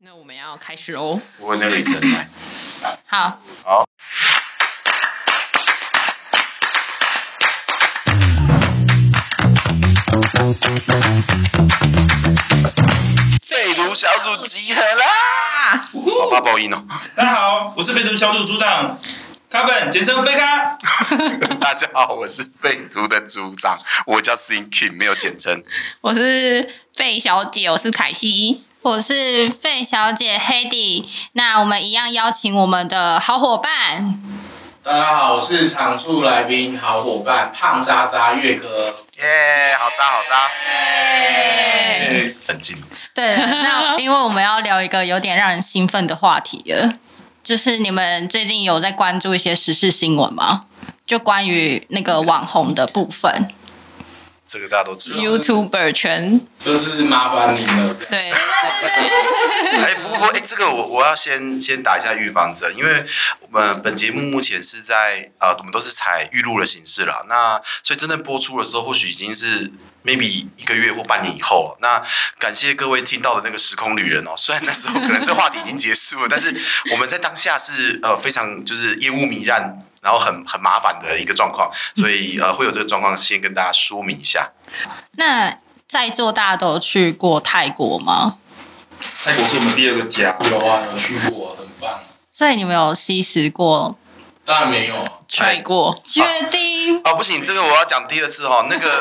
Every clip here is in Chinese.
那我们要开始哦。我那里真来，好，好， 废奴小组集合啦！啊，好吧，爆音哦， 大家好，我是飞毒小组组长卡本，简称飞咖。大家好，我是废奴的组长，我叫 Sin Q，没有简称。我是费小姐，我是凯西。我是费小姐 Hedy，那我们一样邀请我们的好伙伴，大家好，我是常驻来宾好伙伴胖渣渣月哥。耶、好渣好渣，哎，很近。对，那因为我们要聊一个有点让人兴奋的话题了，就是你们最近有在关注一些时事新闻吗？就关于那个网红的部分，这个大家都知道。 YouTuber 圈，就是麻烦你了。对， 哎，不过哎，这个我我要先先打一下预防针，因为我们本节目目前是在啊、呃我们都是采预录的形式啦。那所以真正播出的时候，或许已经是 maybe 一个月或半年以后。那感谢各位听到的那个时空旅人哦，虽然那时候可能这话题已经结束了，但是我们在当下是呃非常就是烟雾弥漫。然后很很麻烦的一个状况，所以呃会有这个状况，先跟大家说明一下。那在座大家都有去过泰国吗？泰国是我们第二个 家。有啊，有去过，很棒。所以你们有吸食过？当然没有啊，踹过，确定？哦，不行，这个我要讲第二次哈、哦。那个，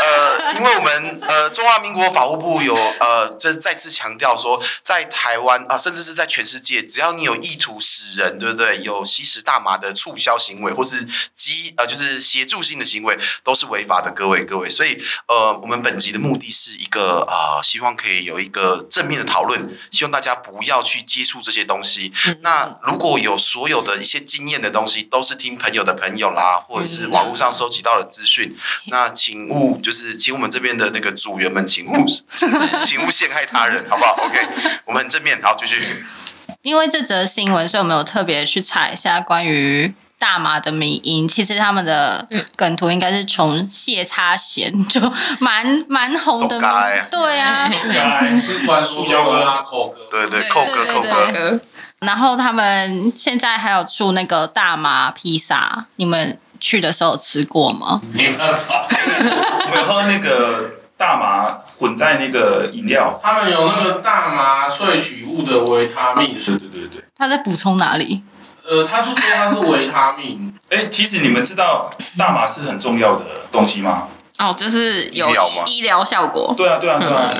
呃，因为我们呃中华民国法务部有呃，这再次强调说，在台湾啊、甚至是在全世界，只要你有意图使人，对不对，有吸食大麻的促销行为，或是激呃就是协助性的行为，都是违法的。各位各位，所以呃，我们本集的目的是一个呃，希望可以有一个正面的讨论，希望大家不要去接触这些东西。嗯那如果有所有的一些经验的东西，都是听朋友的朋友啦，或者是网络上收集到的资嗯讯，那请勿就是请我们这边的那个组员们，请 勿请勿陷害他人，好不好？OK，我们很正面，好，继续。因为这则新闻，所以我们有特别去查一下关于大麻的迷因。其实他们的梗图应该是从谢插弦， 就蛮蛮红的手嘎欸。对啊，该是传说中的哈口哥。对对，对扣哥对扣对哥，然后他们现在还有出那个大麻披萨，你们去的时候有吃过吗？没办法，我们有喝那个大麻混在那个饮料。他们有那个大麻萃取物的维他命水。对对对。他在补充哪里？呃，他就说它是维他命，哎，其实你们知道大麻是很重要的东西吗？哦，就是有医疗吗医疗效果，对啊对啊对啊。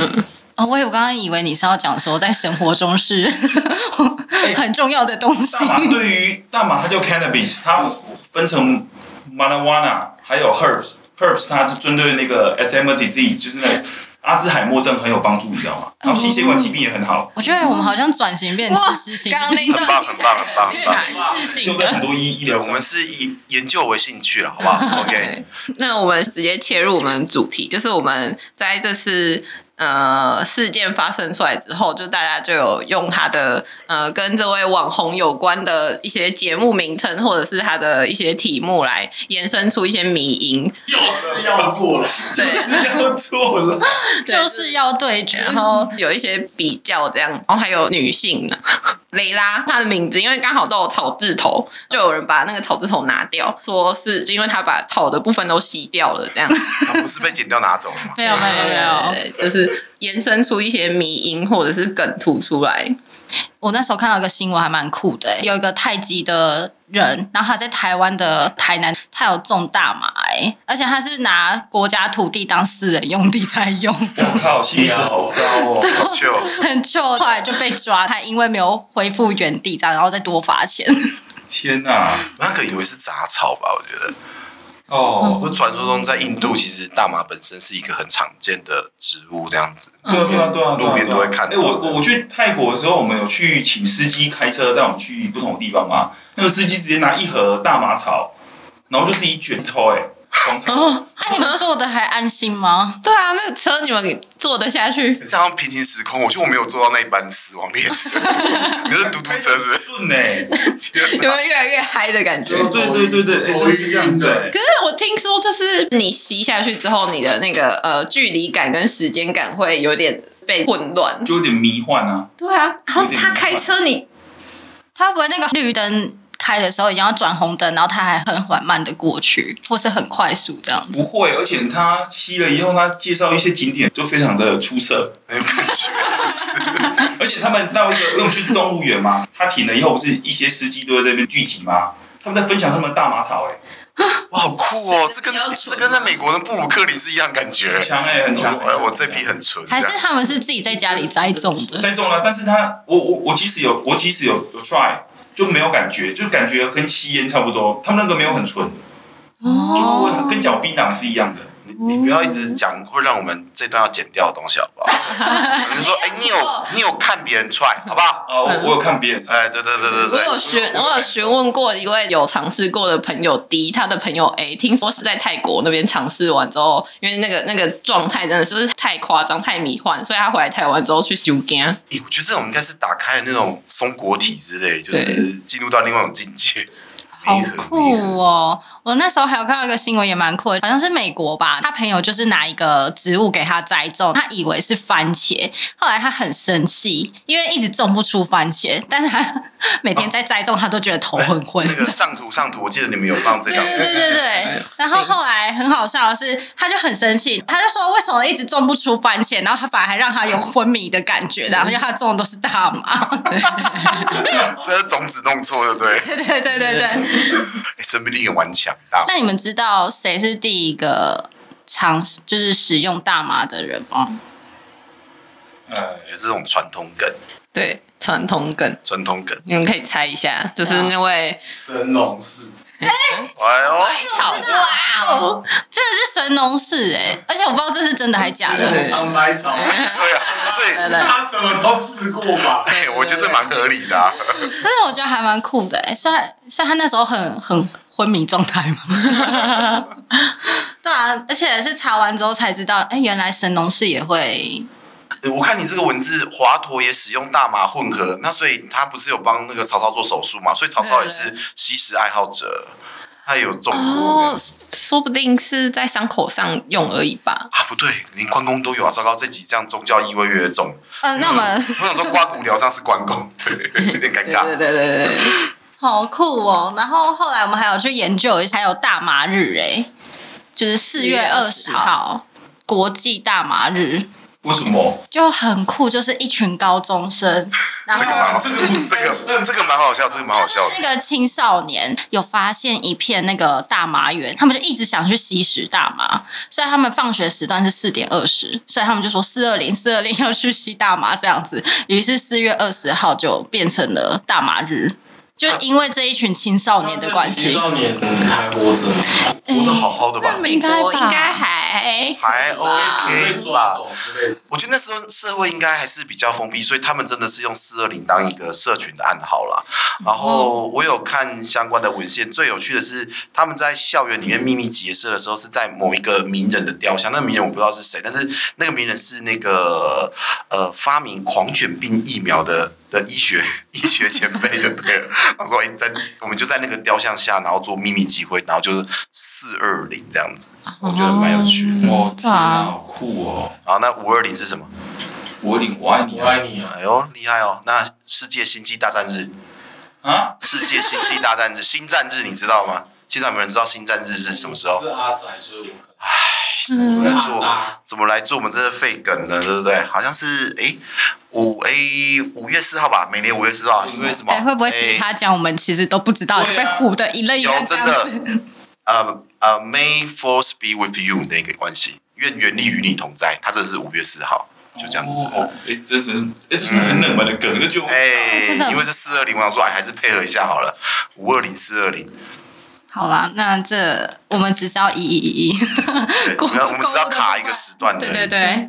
哦，我以为我刚刚以为你是要讲说在生活中是 很重要的东西哎大。麻对于大麻它叫 cannabis，它分成 marijuana 还有 herbs。herbs 它是针对那个 SM disease，就是那个阿兹海默症很有帮助，你知道吗？然后心血管疾病也很好。我觉得我们好像转型变知识型，刚刚那一段很棒很棒很棒很 棒。知识性用在很的。多医医对，疗我上们是以研究为兴趣了，好不好？OK， 对，那我们直接切入我们主题，就是我们在这次呃事件发生出来之后，就大家就有用他的呃跟这位网红有关的一些节目名称，或者是他的一些题目来延伸出一些迷因，就是要做 了。对， 是要做了。就是要对决，然后有一些比较这样，然后还有女性呢，蕾拉她的名字，因为刚好都有草字头，就有人把那个草字头拿掉，说是因为她把草的部分都吸掉了，这样啊不是被剪掉拿走了 吗？没有没有没有。对就是延伸出一些迷因或者是梗图出来，我那时候看到一个新闻还蛮酷的、欸有一个太极的人，然后他在台湾的台南，他有种大麻、欸，而且他是拿国家土地当私人用地在用， 我靠，薪资好高哦！好就很臭，后来就被抓，他因为没有恢复原地这样，然后再多罚钱。天哪！那个以为是杂草吧，我觉得。哦，我传说中在印度，其实大麻本身是一个很常见的植物，这样子。对啊对啊对啊，对啊路边都会看哎，到我我我去泰国的时候，我们有去请司机开车带我们去不同的地方嘛。那个司机直接拿一盒大麻草，然后就自己卷抽，哎，狂抽。那、你们做的还安心吗？对啊，那个车你们坐得下去？这好像平行时空，我觉得我没有坐到那一班死亡列 车，你是嘟嘟车是顺哎，不是？ 天 有哪没有越来越嗨的感觉？有对对对对，哎，真的是这样子哎。可是我听说，就是你吸下去之后，你的那个呃距离感跟时间感会有点被混乱。就有点迷幻啊。对啊，然后他开车你，他会不会那个绿灯开的时候已经要转红灯，然后他还很缓慢的过去，或是很快速这样？不会，而且他吸了以后，他介绍一些景点就非常的出色。很有感觉，是不是？而且他们到一个，因为我们去动物园嘛，他停了以后，不是一些司机都在这边聚集嘛，他们在分享他们的大麻草、欸，哇，好酷哦！这这个跟比较纯这跟在美国的布鲁克林是一样感觉哎，。强哎、很我说强、哎，我这批很纯，还是这样他们是自己在家里栽种的？栽中了，但是他，我我我其实有，我其实有有 try，就没有感觉，就感觉跟吸烟差不多，他们那个没有很纯，就不会跟嚼槟榔是一样的。你你不要一直讲会让我们这段要剪掉的东西，好不好？你就说，哎，你有你有看别人 try 好不好？啊，我我有看别人，哎，对对对对我有 对，询我有询问过一位有尝试过的朋友 D，他的朋友 A，听说是在泰国那边尝试完之后，因为那个那个状态真的是不是太夸张、太迷幻，所以他回来台湾之后去修肝。哎，我觉得这种应该是打开那种松果体之类，就对是进入到另外一种境界。好弥合弥合酷哦！我那时候还有看到一个新闻，也蛮酷的，好像是美国吧。他朋友就是拿一个植物给他栽种，他以为是番茄，后来他很生气，因为一直种不出番茄，但是他每天在栽种，他都觉得头 很昏。那个上图上图，我记得你们有放这张对对对对，然后后来很好笑的是，他就很生气，他就说为什么一直种不出番茄，然后他反而还让他有昏迷的感觉，然后因为他种的都是大麻。 这种子弄错，对不 对？对对对对对。哎生命力很顽强，大那你们知道谁是第一个尝试就是使用大麻的人吗？呃，我觉得这种传统梗，对，传统梗，传统梗。你们可以猜一下，就是那位神农氏，哎呦，百草哇哦，真的是神农氏哎、而且我不知道这是真的还是假的。尝百草，对啊，所以他什么都试过吧？ 哎，我觉得这蛮合理的啊。但是我觉得还蛮酷的哎、虽然虽然他那时候很很昏迷状态嘛， 对啊，而且是查完之后才知道，哎、原来神农氏也会，呃我看你这个文字，华佗也使用大麻混合，那所以他不是有帮那个曹操做手术嘛？所以曹操也是吸食爱好者，他也有中过这哦样。，说不定是在伤口上用而已吧。啊，不对，连关公都有啊！糟糕，这集这样宗教意味越重。嗯呃，那么我想说，刮骨疗伤是关公， 对，有点尴对对尬。对对对，好酷哦。然后后来我们还有去研究一下，还有大麻日哎、就是四月二十号国际大麻日，为什么？就很酷，就是一群高中生，然这个后。蛮好，这个不这个这个蛮好笑，这个蛮好笑的。那个青少年有发现一片那个大麻园，他们就一直想去吸食大麻，所以他们放学时段是四点二十，所以他们就说四二零四二零要去吸大麻这样子，于是四月二十号就变成了大麻日。就因为这一群青少年的关青系，少年嗯还活着吗？活得好好的吧？美国应该吧哎应该还还被 OK 抓吧？走之类的。我觉得那时候社会应该还是比较封闭，所以他们真的是用四二零当一个社群的暗号啦。然后我有看相关的文献，最有趣的是他们在校园里面秘密结社的时候，是在某一个名人的雕像。那个名人我不知道是谁，但是那个名人是那个呃发明狂犬病疫苗的。的医学 医学前辈就对了，他说：“哎、在我们就在那个雕像下，然后做秘密集会，然后就是四二零这样子，我觉得蛮有趣的。哦，天啊啊，好酷哦！然后那五二零是什么？我领我爱你我啊！爱你啊！哎呦，厉害哦！那世界星际大战日，啊，世界星际大战日，星战日，你知道吗？现在有没有人知道星战日是什么时我候是？啊阿仔，所以我可怎么来能是阿做扎？怎么来做？我们真的废梗了，对不对？好像是哎五哎五月四号吧，每年五月四号，啊因为什么？哎，会不会其诶他讲我们其实都不知道，就对被啊唬的一愣一有愣这真样的子？， 呃呃，May Force be with you 那个关系，愿原力与你同在，它真的是五月四号，就这样子。哦，哎、真是，哎、这是很冷门的梗，就觉得哎真的，因为是四二零，我想说，哎，还是配合一下好了，五二零四二零。好啦，那这我们只知道一一一一， 对，我过们要我们只要卡一个时段的。对对对。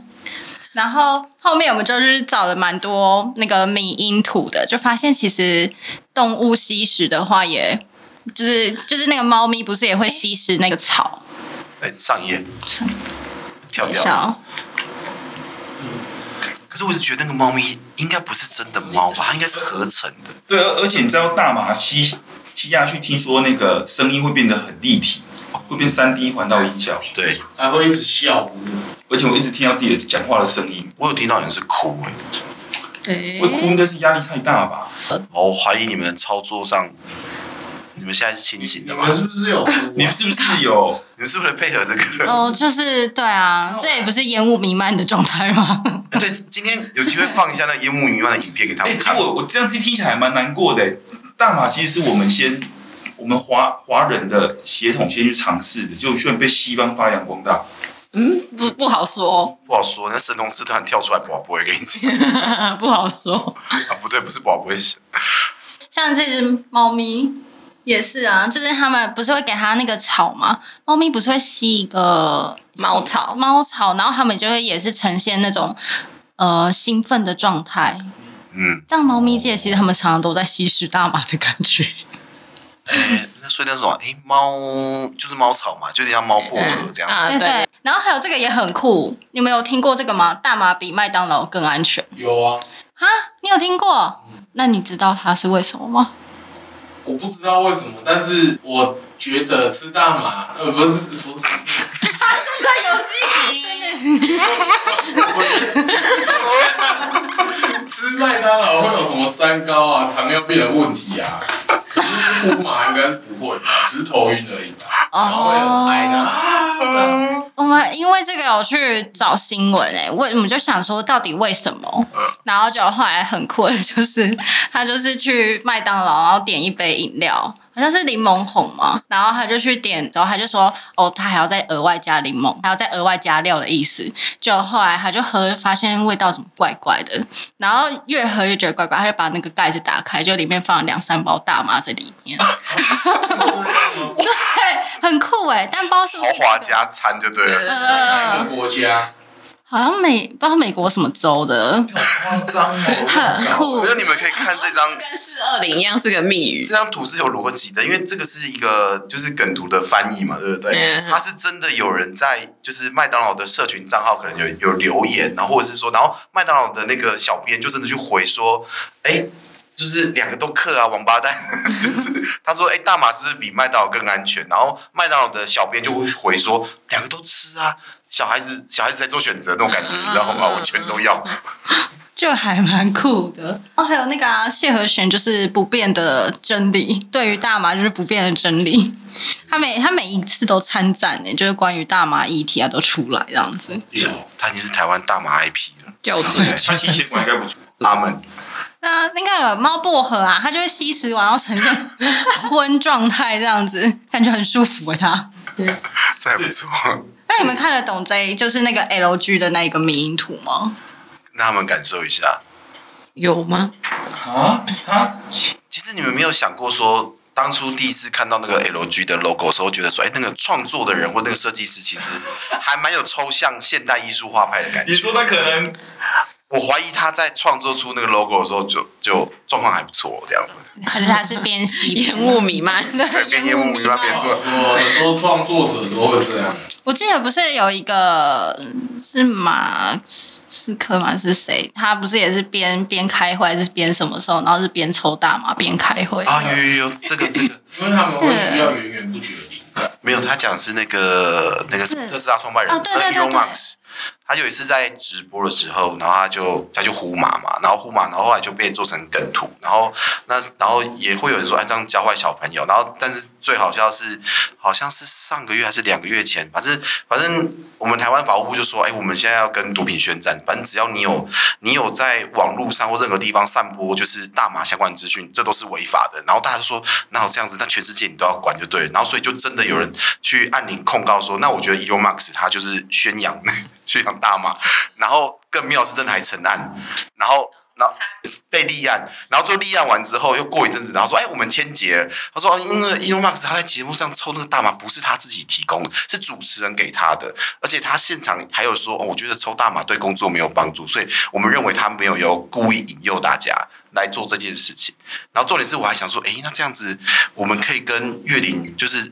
然后后面我们就是找了蛮多那个迷因图的，就发现其实动物吸食的话也，就是就是那个猫咪不是也会吸食那个草，哎，上一页，跳掉了。像可是我是觉得那个猫咪应该不是真的猫吧，它应该是合成的。对，而而且你知道大麻吸吸下去，听说那个声音会变得很立体，会变三 D 环绕音效。对，还会一直笑我。而且我一直听到自己的讲话的声音。我有听到你是哭哎、会哭应该是压力太大吧？好哦我怀疑你们的操作上，你们现在是清醒你的们吗？是不是有哭、你们啊？是不是有？你们是为了配合这个？哦，就是对啊，这也不是烟雾弥漫的状态吗？哎对，今天有机会放一下那个烟幕弥漫的影片给他哎、们结看。果我这样子听起来还蛮难过的、大麻其实是我们先，我们华华人的血统先去尝试的，就居然被西方发扬光大。嗯，不不好说， 不好说，那神童是突然跳出来，宝贝，跟你讲不好说。啊，不对，不是宝贝，是像这只猫咪也是啊，就是他们不是会给它那个草吗？猫咪不是会吸一个猫草猫草，然后它们就会也是呈现那种呃兴奋的状态。嗯，像猫咪界，其实它们常常都在吸食大麻的感觉。哎，那所以那是什么，哎，猫就是猫草嘛，就有点像猫薄荷这样。 啊，哎对，，然后还有这个也很酷，你们有听过这个吗？大麻比麦当劳更安全有啊，啊？你有听过？那你知道它是为什么 吗？我不知道为什么，但是我觉得吃大麻，呃，不是不是，在游戏，吃麦当劳会有什么三高啊、糖尿病的问题啊？可是呼麻应该是不会吧，只是头晕而已吧。然后会很嗨呢。啊我们因为这个有去找新闻哎、为我们就想说到底为什么？然后就后来很酷的就是他就是去麦当劳，然后点一杯饮料，好像是柠檬红嘛，然后他就去点，然后他就说哦，他还要再额外加柠檬，还要再额外加料的意思。就后来他就喝，发现味道怎么怪怪的，然后越喝越觉得怪怪，他就把那个盖子打开，就里面放了两三包大麻在里面，对，很酷哎、但不知道是不豪是华加餐就对了，哪一呃个，国家？好像美不知道美国什么州的，好夸张哦！很酷我觉。得你们可以看这张跟四二零一样是个密语这。张图是有逻辑的，因为这个是一个就是梗图的翻译嘛，对不对嗯？它是真的有人在就是麦当劳的社群账号可能有有留言，然后或者是说，然后麦当劳的那个小编就真的去回说，哎。就是两个都克啊，王八蛋！ 就是他说，哎、大麻是不是比麦当劳更安全？然后麦当劳的小编就会回说，两个都吃啊，小孩子小孩子在做选择那种感觉，你知嗯道吗？我全都要。就还蛮酷的。哦，还有那个、啊、谢和弦，就是不变的真理，对于大麻就是不变的真理。他每他每一次都参战呢，就是关于大麻议题啊都出来这样子。有他已经是台湾大麻 IP 了，校准，他心血管应该不错。阿门。那那个猫薄荷啊，它就会吸食完，然后呈 现昏状态这样子，感觉很舒服诶、它。这还不错。那你们看得懂这就是那个 L G 的那一个迷因图吗？让他们感受一下。有吗？啊啊！其实你们没有想过说，当初第一次看到那个 LG 的 logo 的时候，觉得说，哎，那个创作的人或那个设计师其实还蛮有抽象现代艺术画派的感 你觉。说他可能我怀疑他在创作出那个 logo 的时候就，就状况还不错，这样子。还是它是边吸边烟雾弥 漫，对，边烟雾弥漫边做。说很多创作者都会这样，我记得不是有一个嗯是马斯克吗？是谁？他不是也是边边开会还是边什么时候？然后是边抽大麻边开会。啊，有有有，这个这个因为他们会需要源源不绝的灵感。没有，他讲的是那个那个什么是特斯拉创办人哦对对呃对 Elon 对 Musk，他有一次在直播的时候，然后他就他就呼马嘛，然后呼马，然后后来就被做成梗图，然后那然后也会有人说哎这样教坏小朋友，然后但是最好笑是好像是上个月还是两个月前，反正反正我们台湾法务部就说哎我们现在要跟毒品宣战，反正只要你有你有在网络上或任何地方散播就是大麻相关的资讯，这都是违法的。然后大家就说那有这样子，那全世界你都要管就对了，然后所以就真的有人去按铃控告说，那我觉得 Elon Musk 他就是宣扬 宣扬大麻，然后更妙是真的还成案，然后。然后被立案，然后就立案完之后，又过一阵子，然后说：“哎，我们签结了。”他说：“哦，因为 Elon Musk 他在节目上抽那个大麻，不是他自己提供的，是主持人给他的，而且他现场还有说：‘哦，我觉得抽大麻对工作没有帮助，所以我们认为他没有有故意引诱大家来做这件事情。’然后重点是，我还想说：‘哎，那这样子我们可以跟月玲就是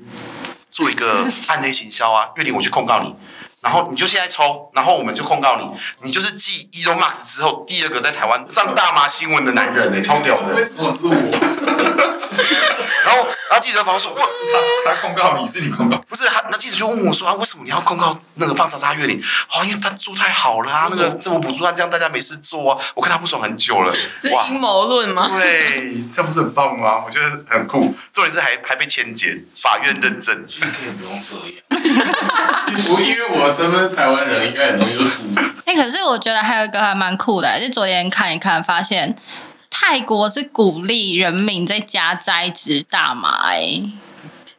做一个暗黑行销啊，月玲我去控告你，然后你就现在抽，然后我们就控告你，你就是继 Elon Musk 之后第二个在台湾上大麻新闻的男人、欸，超屌的为。什么是我？然后，然后记者访问说，哇，他他控告你是你控告，不是他，那记者就问我说啊，为什么你要控告那个胖莎莎月玲？哦，因为他做太好了啊，那个政府补助案这样大家没事做啊，我看他不爽很久了是，哇阴，谋论吗？对，这样不是很棒吗？我觉得很酷，重点是还还被签检，法院认证，其实可以不用这样。我因为我身份是台湾人，应该很容易就出事。哎、可是我觉得还有一个还蛮酷的，欸就昨天看一看，发现泰国是鼓励人民在家栽植大麻、哎，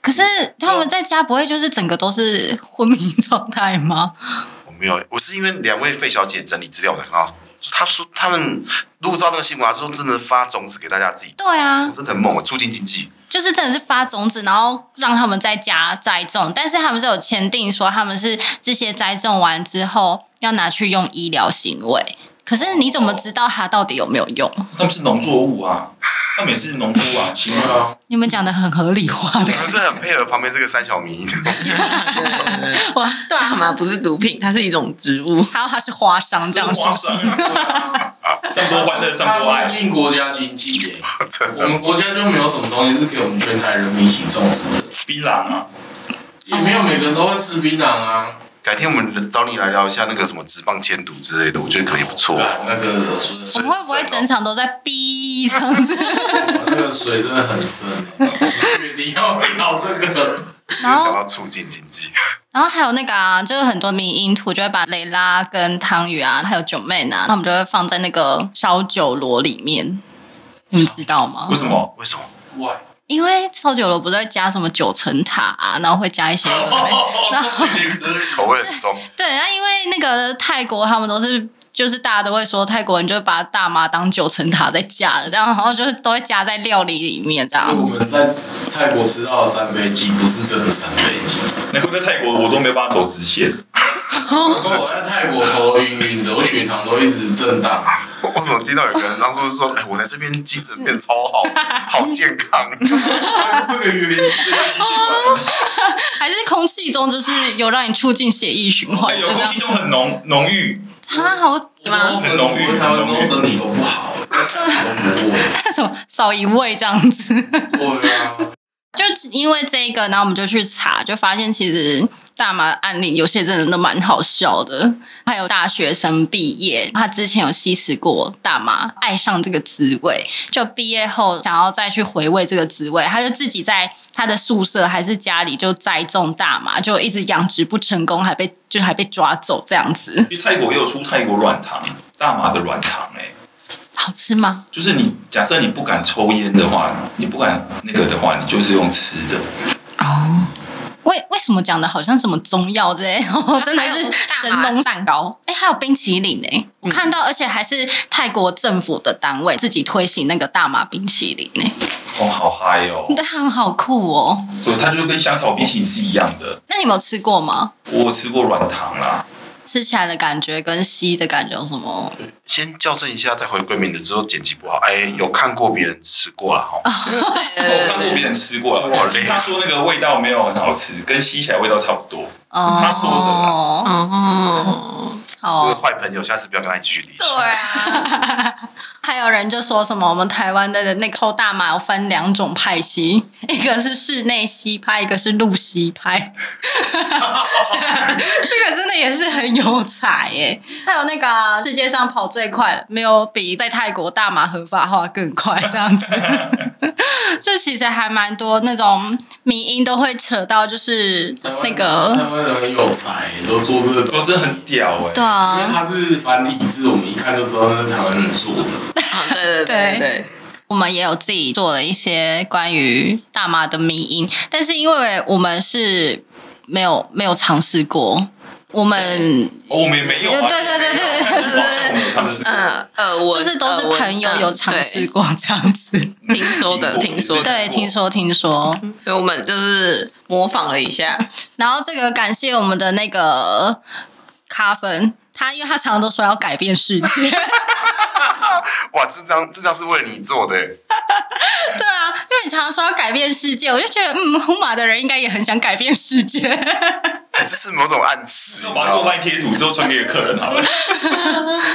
可是他们在家不会就是整个都是昏迷状态吗？ 我没有，我是因为两位费小姐整理资料我才看到，她说他们如果照那个新闻，啊她说真的发种子给大家自己，对啊，真的很猛，促进经济。就是真的是发种子，然后让他们在家栽种，但是他们是有签订说他们是这些栽种完之后要拿去用医疗行为。可是你怎么知道它到底有没有用？他们是农作物啊，他们也是农夫啊，行对吗？啊，你们讲的很合理化的你们这很配合旁边这个三小迷，对对对对哇，大麻不是毒品，它是一种植物。还有它是花商这这样是花说，是商啊， 上多欢乐，上它多爱促。进国家经济耶。真我的们国家就没有什么东西是给我们全台人民一起种植的，槟榔啊，也没有每个人都会吃槟榔啊。改天我们找你来聊一下那个什么职棒迁读之类的，我觉得可能也不错。干那个水，我们会不会整场都在逼这样子？那个水真的很深耶。确定要聊这个？然讲后，到促进经济，然后还有那个啊，就是很多迷因图就会把蕾拉跟汤圆啊，还有九妹啊，他们就会放在那个烧酒螺里面，你们知道吗为？什么？为什么？ 哇，因为烧酒螺不是会加什么九层塔啊，然后会加一些哦 然后口味很重，对，然后因为那个泰国他们都是。就是大家都会说泰国人就把大麻当九层塔在加的，这样然后就是都会加在料理里面这样。啊我们在泰国吃到的三杯鸡不是真的三杯鸡，难怪在泰国我都没办法走直线，我在泰国头晕晕的，我血糖都一直震 荡。我我怎么听到有个人当初 是说，哎，我在这边精神变超好，好健康。 是这个原因，这个心情管理还是空气中就是有让你促进血液循哎，环，有就哦空这样气。中很浓浓郁，他好吗？很浓郁，台湾之后身体都不好， 都不稳。那什么少一位这样子，对啊，就因为这个，然后我们就去查，就发现其实大麻案例有些真的都蛮好笑的。还有大学生毕业，他之前有吸食过大麻，爱上这个滋味，就毕业后想要再去回味这个滋味，他就自己在他的宿舍还是家里就栽种大麻，就一直养殖不成功，还被就还被抓走这样子，因为泰国也有出泰国软糖，大麻的软糖哎、好吃吗？就是你假设你不敢抽烟的话，你不敢那个的话，你就是用吃的。为为什么讲的好像什么中药之类，哦真的 是神农蛋糕，哎、还有冰淇淋哎、我看到，而且还是泰国政府的单位自己推行那个大麻冰淇淋哎、哦，好嗨哦！但他们好酷哦！对，它就跟香草冰淇淋是一样的。那你有没有吃过吗？我有吃过软糖啦，吃起来的感觉跟吸的感觉有什么？先校正一下，再回归名的之后剪辑不好。哎，有看过别人吃过了哈，呃对对我哦看过对别人吃过了。哇累他说那个味道没有很好吃，跟吸起来味道差不多。哦他说的啦哦，这个哦，坏朋友，下次不要跟他一起去旅行。啊，还有人就说什么我们台湾的那个抽大麻有分两种派系，一个是室内吸派，一个是露吸派。 这个真的也是很有才耶！还有那个啊、世界上跑最快，没有比在泰国大麻合法化更快这样子。 这其实还蛮多那种迷音都会扯到，就是台湾那个台湾人很有才，都做哦这个我东西，真的很屌哎、对因为啊，它是繁体字，我们一看就知道那是台湾人做的。嗯对对对对，我们也有自己做了一些关于大麻的迷音，但是因为我们是没有没有尝试过，我们哦，我们也没有啊。对对对对对对对对我没有尝试过。嗯，呃，我嗯就是都是朋友有尝试过这样子。听说的，听 说嗯的，对，听说听说。所以我们就是模仿了一下，然后这个感谢我们的那个咖粉，他因为他常常都说要改变世界， 对哇，这张这张是为了你做的，啊，因为你常常说要改变世界，我就觉得嗯，呼马的人应该也很想改变世界。哎这是某种暗示，这你我知把它道做吗？赖贴图之后传给客人好了。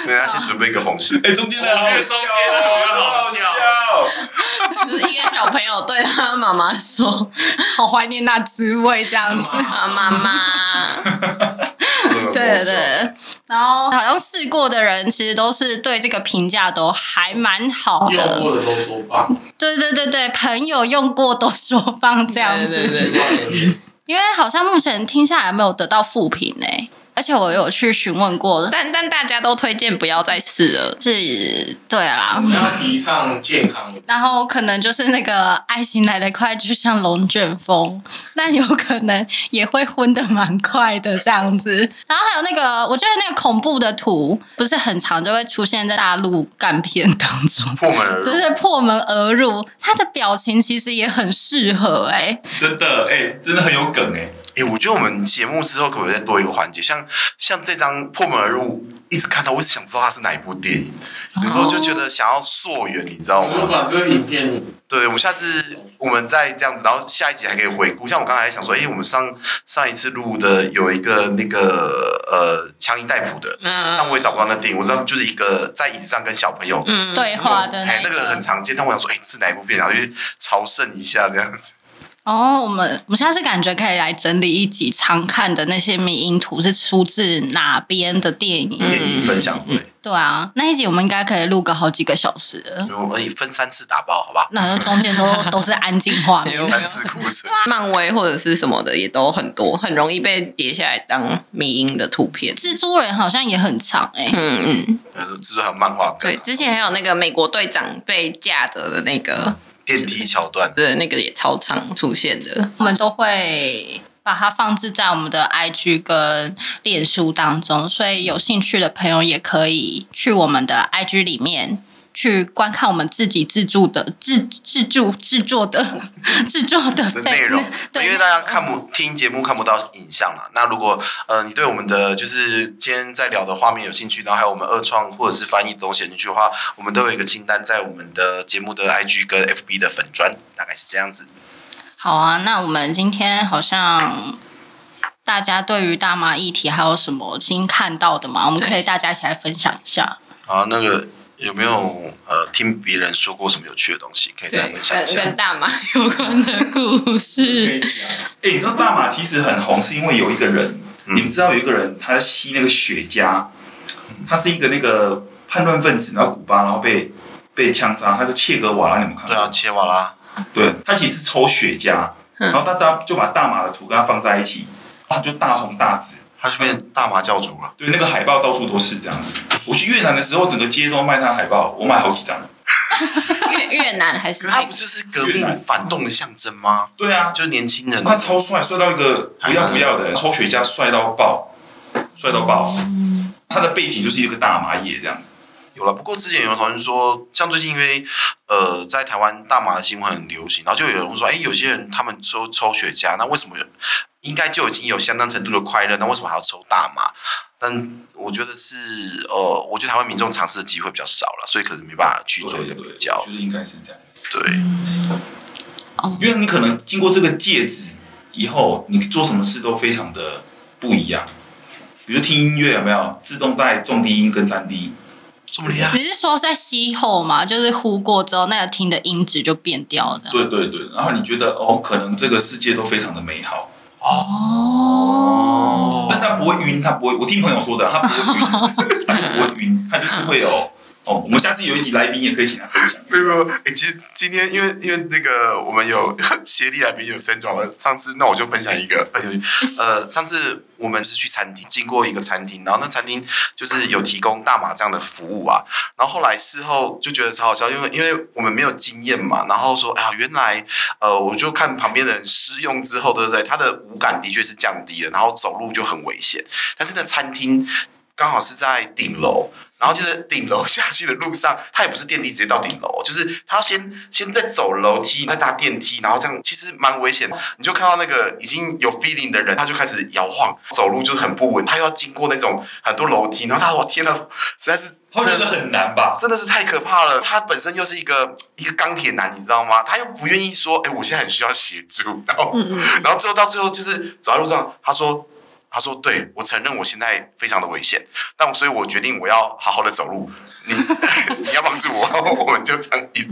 人家先准备一个红 心。哎、中间的好我觉得中间的好好笑笑。 就是一个小朋友对他毛妈妈说好怀念那滋味这样子。啊，妈 妈，对对对对，然后好像试过的人，其实都是对这个评价都还蛮好用的。过的都说棒， 对对对对，朋友用过都说放这样子，对对对举报一点，因为好像目前听下来没有得到负评呢、而且我有去询问过，但但但大家都推荐不要再试了。是对啦。你要提倡健康的。然后可能就是那个爱情来得快，就像龙卷风，但有可能也会昏得蛮快的这样子。然后还有那个，我觉得那个恐怖的图不是很常就会出现在大陆干片当 中，破门而入就。是破门而入，他的表情其实也很适合哎、真的哎、真的很有梗哎、哎、我觉得我们节目之后可不可以再多一个环节？像像这张破门而入，一直看到，我一直想知道它是哪一部电影，有时候就觉得想要溯源，你知道我们吗？把这个影片对，我们下次我们再这样子，然后下一集还可以回顾。像我刚才想说，因为我们上上一次录的有一个那个呃强尼戴普的，但嗯，我也找不到那电影，我知道就是一个在椅子上跟小朋友。嗯，对话的那哎一，那个很常见，但我想说，哎、是哪一部片？然后去朝圣一下这样子。哦，我们我们下次感觉可以来整理一集常看的那些迷因图是出自哪边的电影？电影分享会，对啊，那一集我们应该可以录个好几个小时了，我们分三次打包，好吧？那中间都都是安静画面。 三次库 存。漫威或者是什么的也都很多，很容易被叠下来当迷因的图片。蜘蛛人好像也很长哎、嗯嗯，呃，蜘蛛还有漫画梗啊对，之前还有那个美国队长被架着的那个，电梯桥段，对，那个也超常出现的。我们都会把它放置在我们的 IG 跟脸书当中，所以有兴趣的朋友也可以去我们的 IG 里面。去观看我们自己制作的制制作制作的 制作的的内 容，对，因为大家看不听节目看不到影像嘛。那如果呃你对我们的就是今天在聊的画面有兴趣，然后还有我们二创或者是翻译的东西有兴趣的话，我们都有一个清单在我们的节目的 IG 跟 FB 的粉砖，大概是这样子。好啊，那我们今天好像大家对于大麻议题还有什么新看到的吗？我们可以大家一起来分享一下。啊，那个有没有呃听别人说过什么有趣的东西，可以再对，分享一跟下跟？大麻有关的故 可事。以讲，哎、你知道大麻其实很红，是因为有一个人，嗯你们知道有一个人他吸那个雪茄，他是一个那个叛乱分子，然后古巴，然后被被枪杀，他是切格瓦拉，你们看过对啊，切瓦拉，对他其实是抽雪茄，嗯然后大家就把大麻的图跟他放在一起，他就大红大紫。他是变大麻教主了。对，那个海报到处都是这样子。我去越南的时候，整个街都卖他的海报，我买好几张。越越南还是嗯可是他不就是革越命南反动的象征吗？对啊，就是年轻人，他超帅，帅到一个不要不要的，抽雪茄帅到爆，帅到爆。他的背景就是一个大麻叶这样子。有了，不过之前有讨论说，像最近因为呃，在台湾大麻的新闻很流行，然后就有人说，哎，有些人他们抽抽雪茄，那为什么有应该就已经有相当程度的快乐，那为什么还要抽大麻？但我觉得是呃，我觉得台湾民众尝试的机会比较少了，所以可能没办法去做一个对对比对较我。觉得应该是这样。对，因为你可能经过这个戒指以后，你做什么事都非常的不一样。比如听音乐有没有自动带重低音跟三低？这么厉害， 你是说在吸后嘛？就是呼过之后，那个听的音质就变掉了。对对对，然后你觉得哦，可能这个世界都非常的美好，哦但是他不会晕，他不会。我听朋友说的，他不会晕， 他就不会晕，他就是会有哦。我们下次有一集来宾也可以请他分享。没有没有，哎、其实今天因为因为那个我们有 协力来宾有三种，上次那我就分享一个很有趣，呃，上次我们是去餐厅，经过一个餐厅，然后那餐厅就是有提供大麻这样的服务啊，然后后来事后就觉得超好笑，因为因为我们没有经验嘛，然后说哎呀，原来呃，我就看旁边的人试用之后，对不对？他的五感的确是降低了，然后走路就很危险，但是那餐厅刚好是在顶楼，然后就是顶楼下去的路上，它也不是电梯直接到顶楼，哦就是他要先先再走楼梯，再搭电梯，然后这样其实蛮危险。哦你就看到那个已经有 feeling 的人，他就开始摇晃，走路就是很不稳，他又要经过那种很多楼梯，然后他我天呐，实在是他真会的觉是得很难吧？真的是太可怕了。他本身又是一个一个钢铁男，你知道吗？他又不愿意说，哎、我现在很需要协助。然后，然后最后到最后就是走在路上，他说，他说，对我承认我现在非常的危险，但我所以我决定我要好好的走路。你 你要帮助我， 我们就这样一，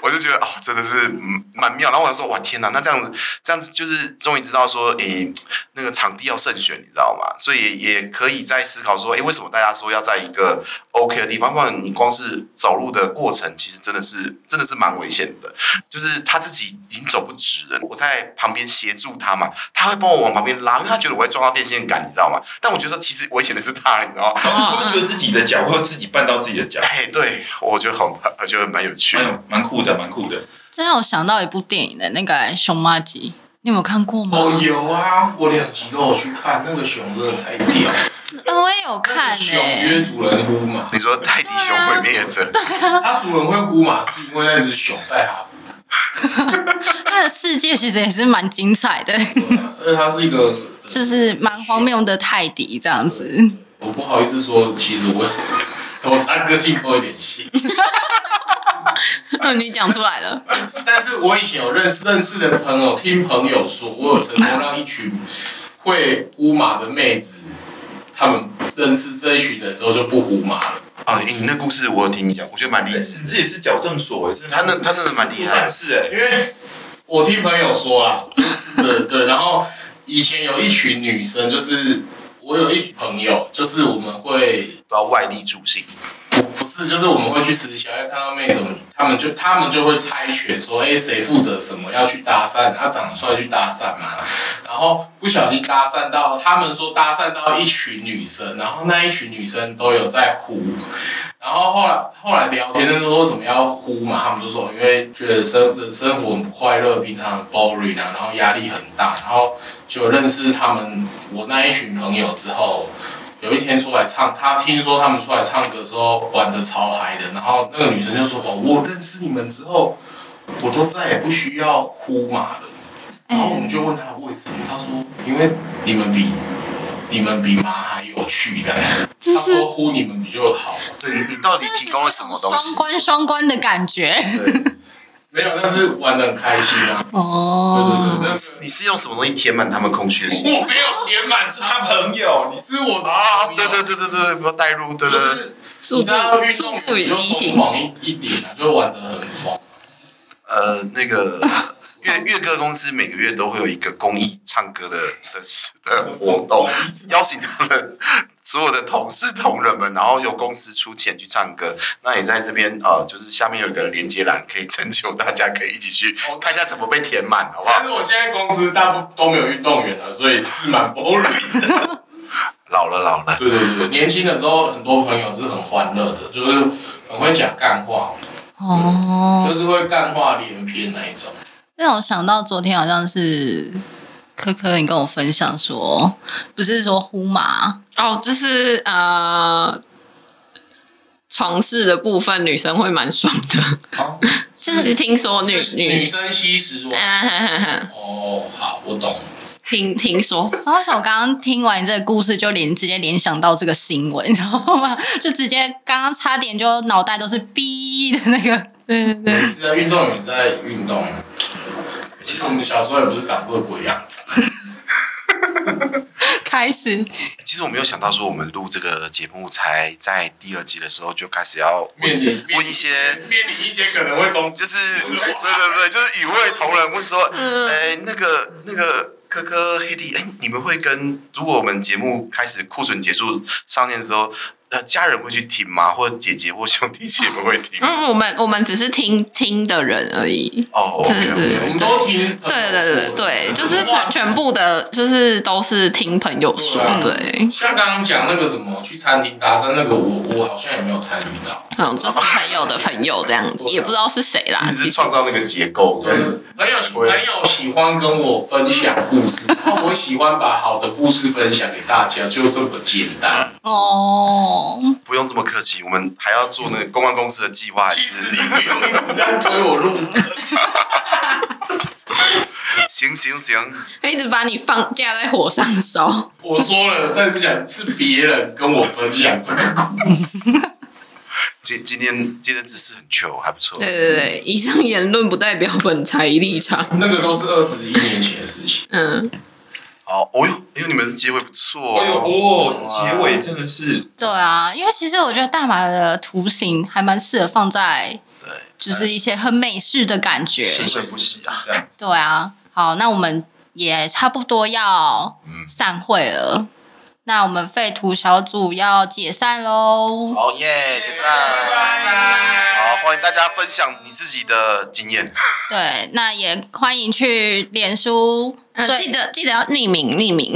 我就觉得哦，真的是嗯蛮妙。然后我想说，哇天哪，那这样子这样子就是终于知道说，诶、那个场地要慎选，你知道吗？所以也可以在思考说，诶、哎为什么大家说要在一个 OK 的地方？不然你光是走路的过程，其实真的是真的是蛮危险的。就是他自己已经走不直了，我在旁边协助他嘛，他会帮我往旁边拉，因为他觉得我会撞到电线杆，你知道吗？但我觉得其实危险的是他，你知道吗？然后你会觉得自己的脚会自己绊到自己的脚，哎，对，我觉得很，我觉得蛮有趣蛮的。有蛮酷的，蛮酷的。这让我想到一部电影的那个《熊妈吉》，你有没有看过吗？哦，有啊，我两集都有去看，那个熊真的太屌了，呃我也有看欸那个呢、熊约主人呼嘛，你说泰迪熊毁灭者，它主人会呼嘛，是因为那只熊带它呼他的世界其实也是蛮精彩的，的啊，而且它是一个，就是蛮荒谬的泰迪这样子。 我不好意思说，其实我 我他个性跟我有点像，嗯，你讲出来了，但是我以前有认识认识的朋友，听朋友说，我有成功让一群会呼马的妹子，他们认识这一群人之后就不呼马了。啊、你你那故事我有听你讲，我觉得蛮励志。你这也是矫正所哎，真的他那他真的蛮是厉害战，士哎，因为我听朋友说啦， 对对，然后以前有一群女生，就是我有一群朋友，就是我们会都要外力助兴。不不是，就是我们会去吃宵夜，看到妹子，他们就他们就会猜拳说，哎，谁负责什么要去搭讪，他长得帅去搭讪嘛，然后不小心搭讪到，他们说搭讪到一群女生，然后那一群女生都有在呼，然后后来后来聊天的时候说什么要呼嘛，他们就说因为觉得生人生活很不快乐，平常很 boring 啊，然后压力很大，然后就认识他们我那一群朋友之后，有一天出来唱，他听说他们出来唱歌之后玩的超嗨的，然后那个女生就说哇，我认识你们之后，我都再也不需要呼嘛了。然后我们就问他为什么，他说因为你们比你们比马还有趣这样子，他说呼你们比较好玩。对你你到底提供了什么东双西？关双关的感觉对，没有，但是玩的很开心啊。对对对，哦，但你是是你是用什么东西填满他们空虚的心？我没有填满是他朋友，你是我的啊，朋友对对，对对对，不要带入，对就对对，是速你知度道运动速度员与就激疯情，狂一一点啊，就玩的很疯。呃，那 个乐乐歌公司每个月都会有一个公益唱歌的的的活动，邀请他们所有的同事同仁们，然后由公司出钱去唱歌。那也在这边呃，就是下面有一个连接栏，可以征求大家可以一起去看一下怎么被填满，好不但好？是我现在公司大部都没有运动员了，所以是蛮 boring 的。老了老了，对对对对，年轻的时候很多朋友是很欢乐的，就是很会讲干话，哦，就是会干话连篇那一种。让我想到昨天好像是科科，你跟我分享说，不是说呼麻，哦，就是呃，床事的部分女生会蛮爽的， 啊，就是 听说女是女女，生吸食我。啊哈哈哈，哦，好，我懂了。 听听说，然后我刚刚听完这个故事，就连直接联想到这个新闻，你知道吗？ 就直接刚刚差点就脑袋都是逼的那个。对对对，是啊，运动员在运动。啊其实我们小时候也不是长这个鬼样子，开始其实我没有想到说我们录这个节目才在第二季的时候就开始要面临问一些面临一些可能会中就是对对对，就是与会同仁会说，嗯哎、那个那个科科黑弟，哎、你们会跟如果我们节目开始库存结束上线的时候，呃，家人会去听吗？或姐姐或兄弟姐妹会听吗？嗯，我们我们只是听听的人而已，哦对，OK 对对我 OK，们都听对对对对，就是全全部的，就是都是听朋友说，对对，像刚刚讲那个什么去餐厅搭讪那个，我我好像也没有参与到。嗯，就是朋友的朋友这样子，也不知道是谁啦，一其直实创造那个结构嗯嗯跟朋友喜朋友喜欢跟我分享故事，然后我喜欢把好的故事分享给大家，就这么简单。哦，不用这么客气，我们还要做那个公关公司的计划，还其实是你不用一直在推我入坑。行行行，一直把你放架在火上烧。 我说了，再次讲是别人跟我分享这个故事。今今天今天姿势很球，还不错。对对对，以上言论不代表本台立场。那个都是二十一年前的事情，嗯，哦，哦哟，哎呦，你们的结尾不错哎呦哦。哦，结尾真的是对啊，因为其实我觉得大麻的图形还蛮适合放在对，就是一些很美式的感觉。生生不息啊！这样，对啊，好，那我们也差不多要嗯散会了。那我们废图小组要解散喽！好耶，解散。拜拜。好，欢迎大家分享你自己的经验。 对，那也欢迎去脸书，呃，最记得记得要匿名匿 名，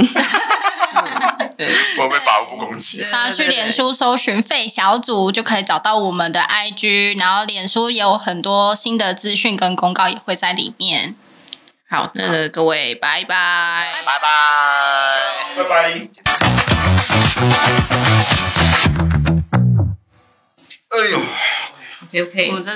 我会被法务部攻击。大家去脸书搜寻“费小组”就可以找到我们的 IG，然后脸书也有很多新的资讯跟公告也会在里面。好，那各位拜拜。拜拜。拜拜。哎呦。哎 OK OK，我们这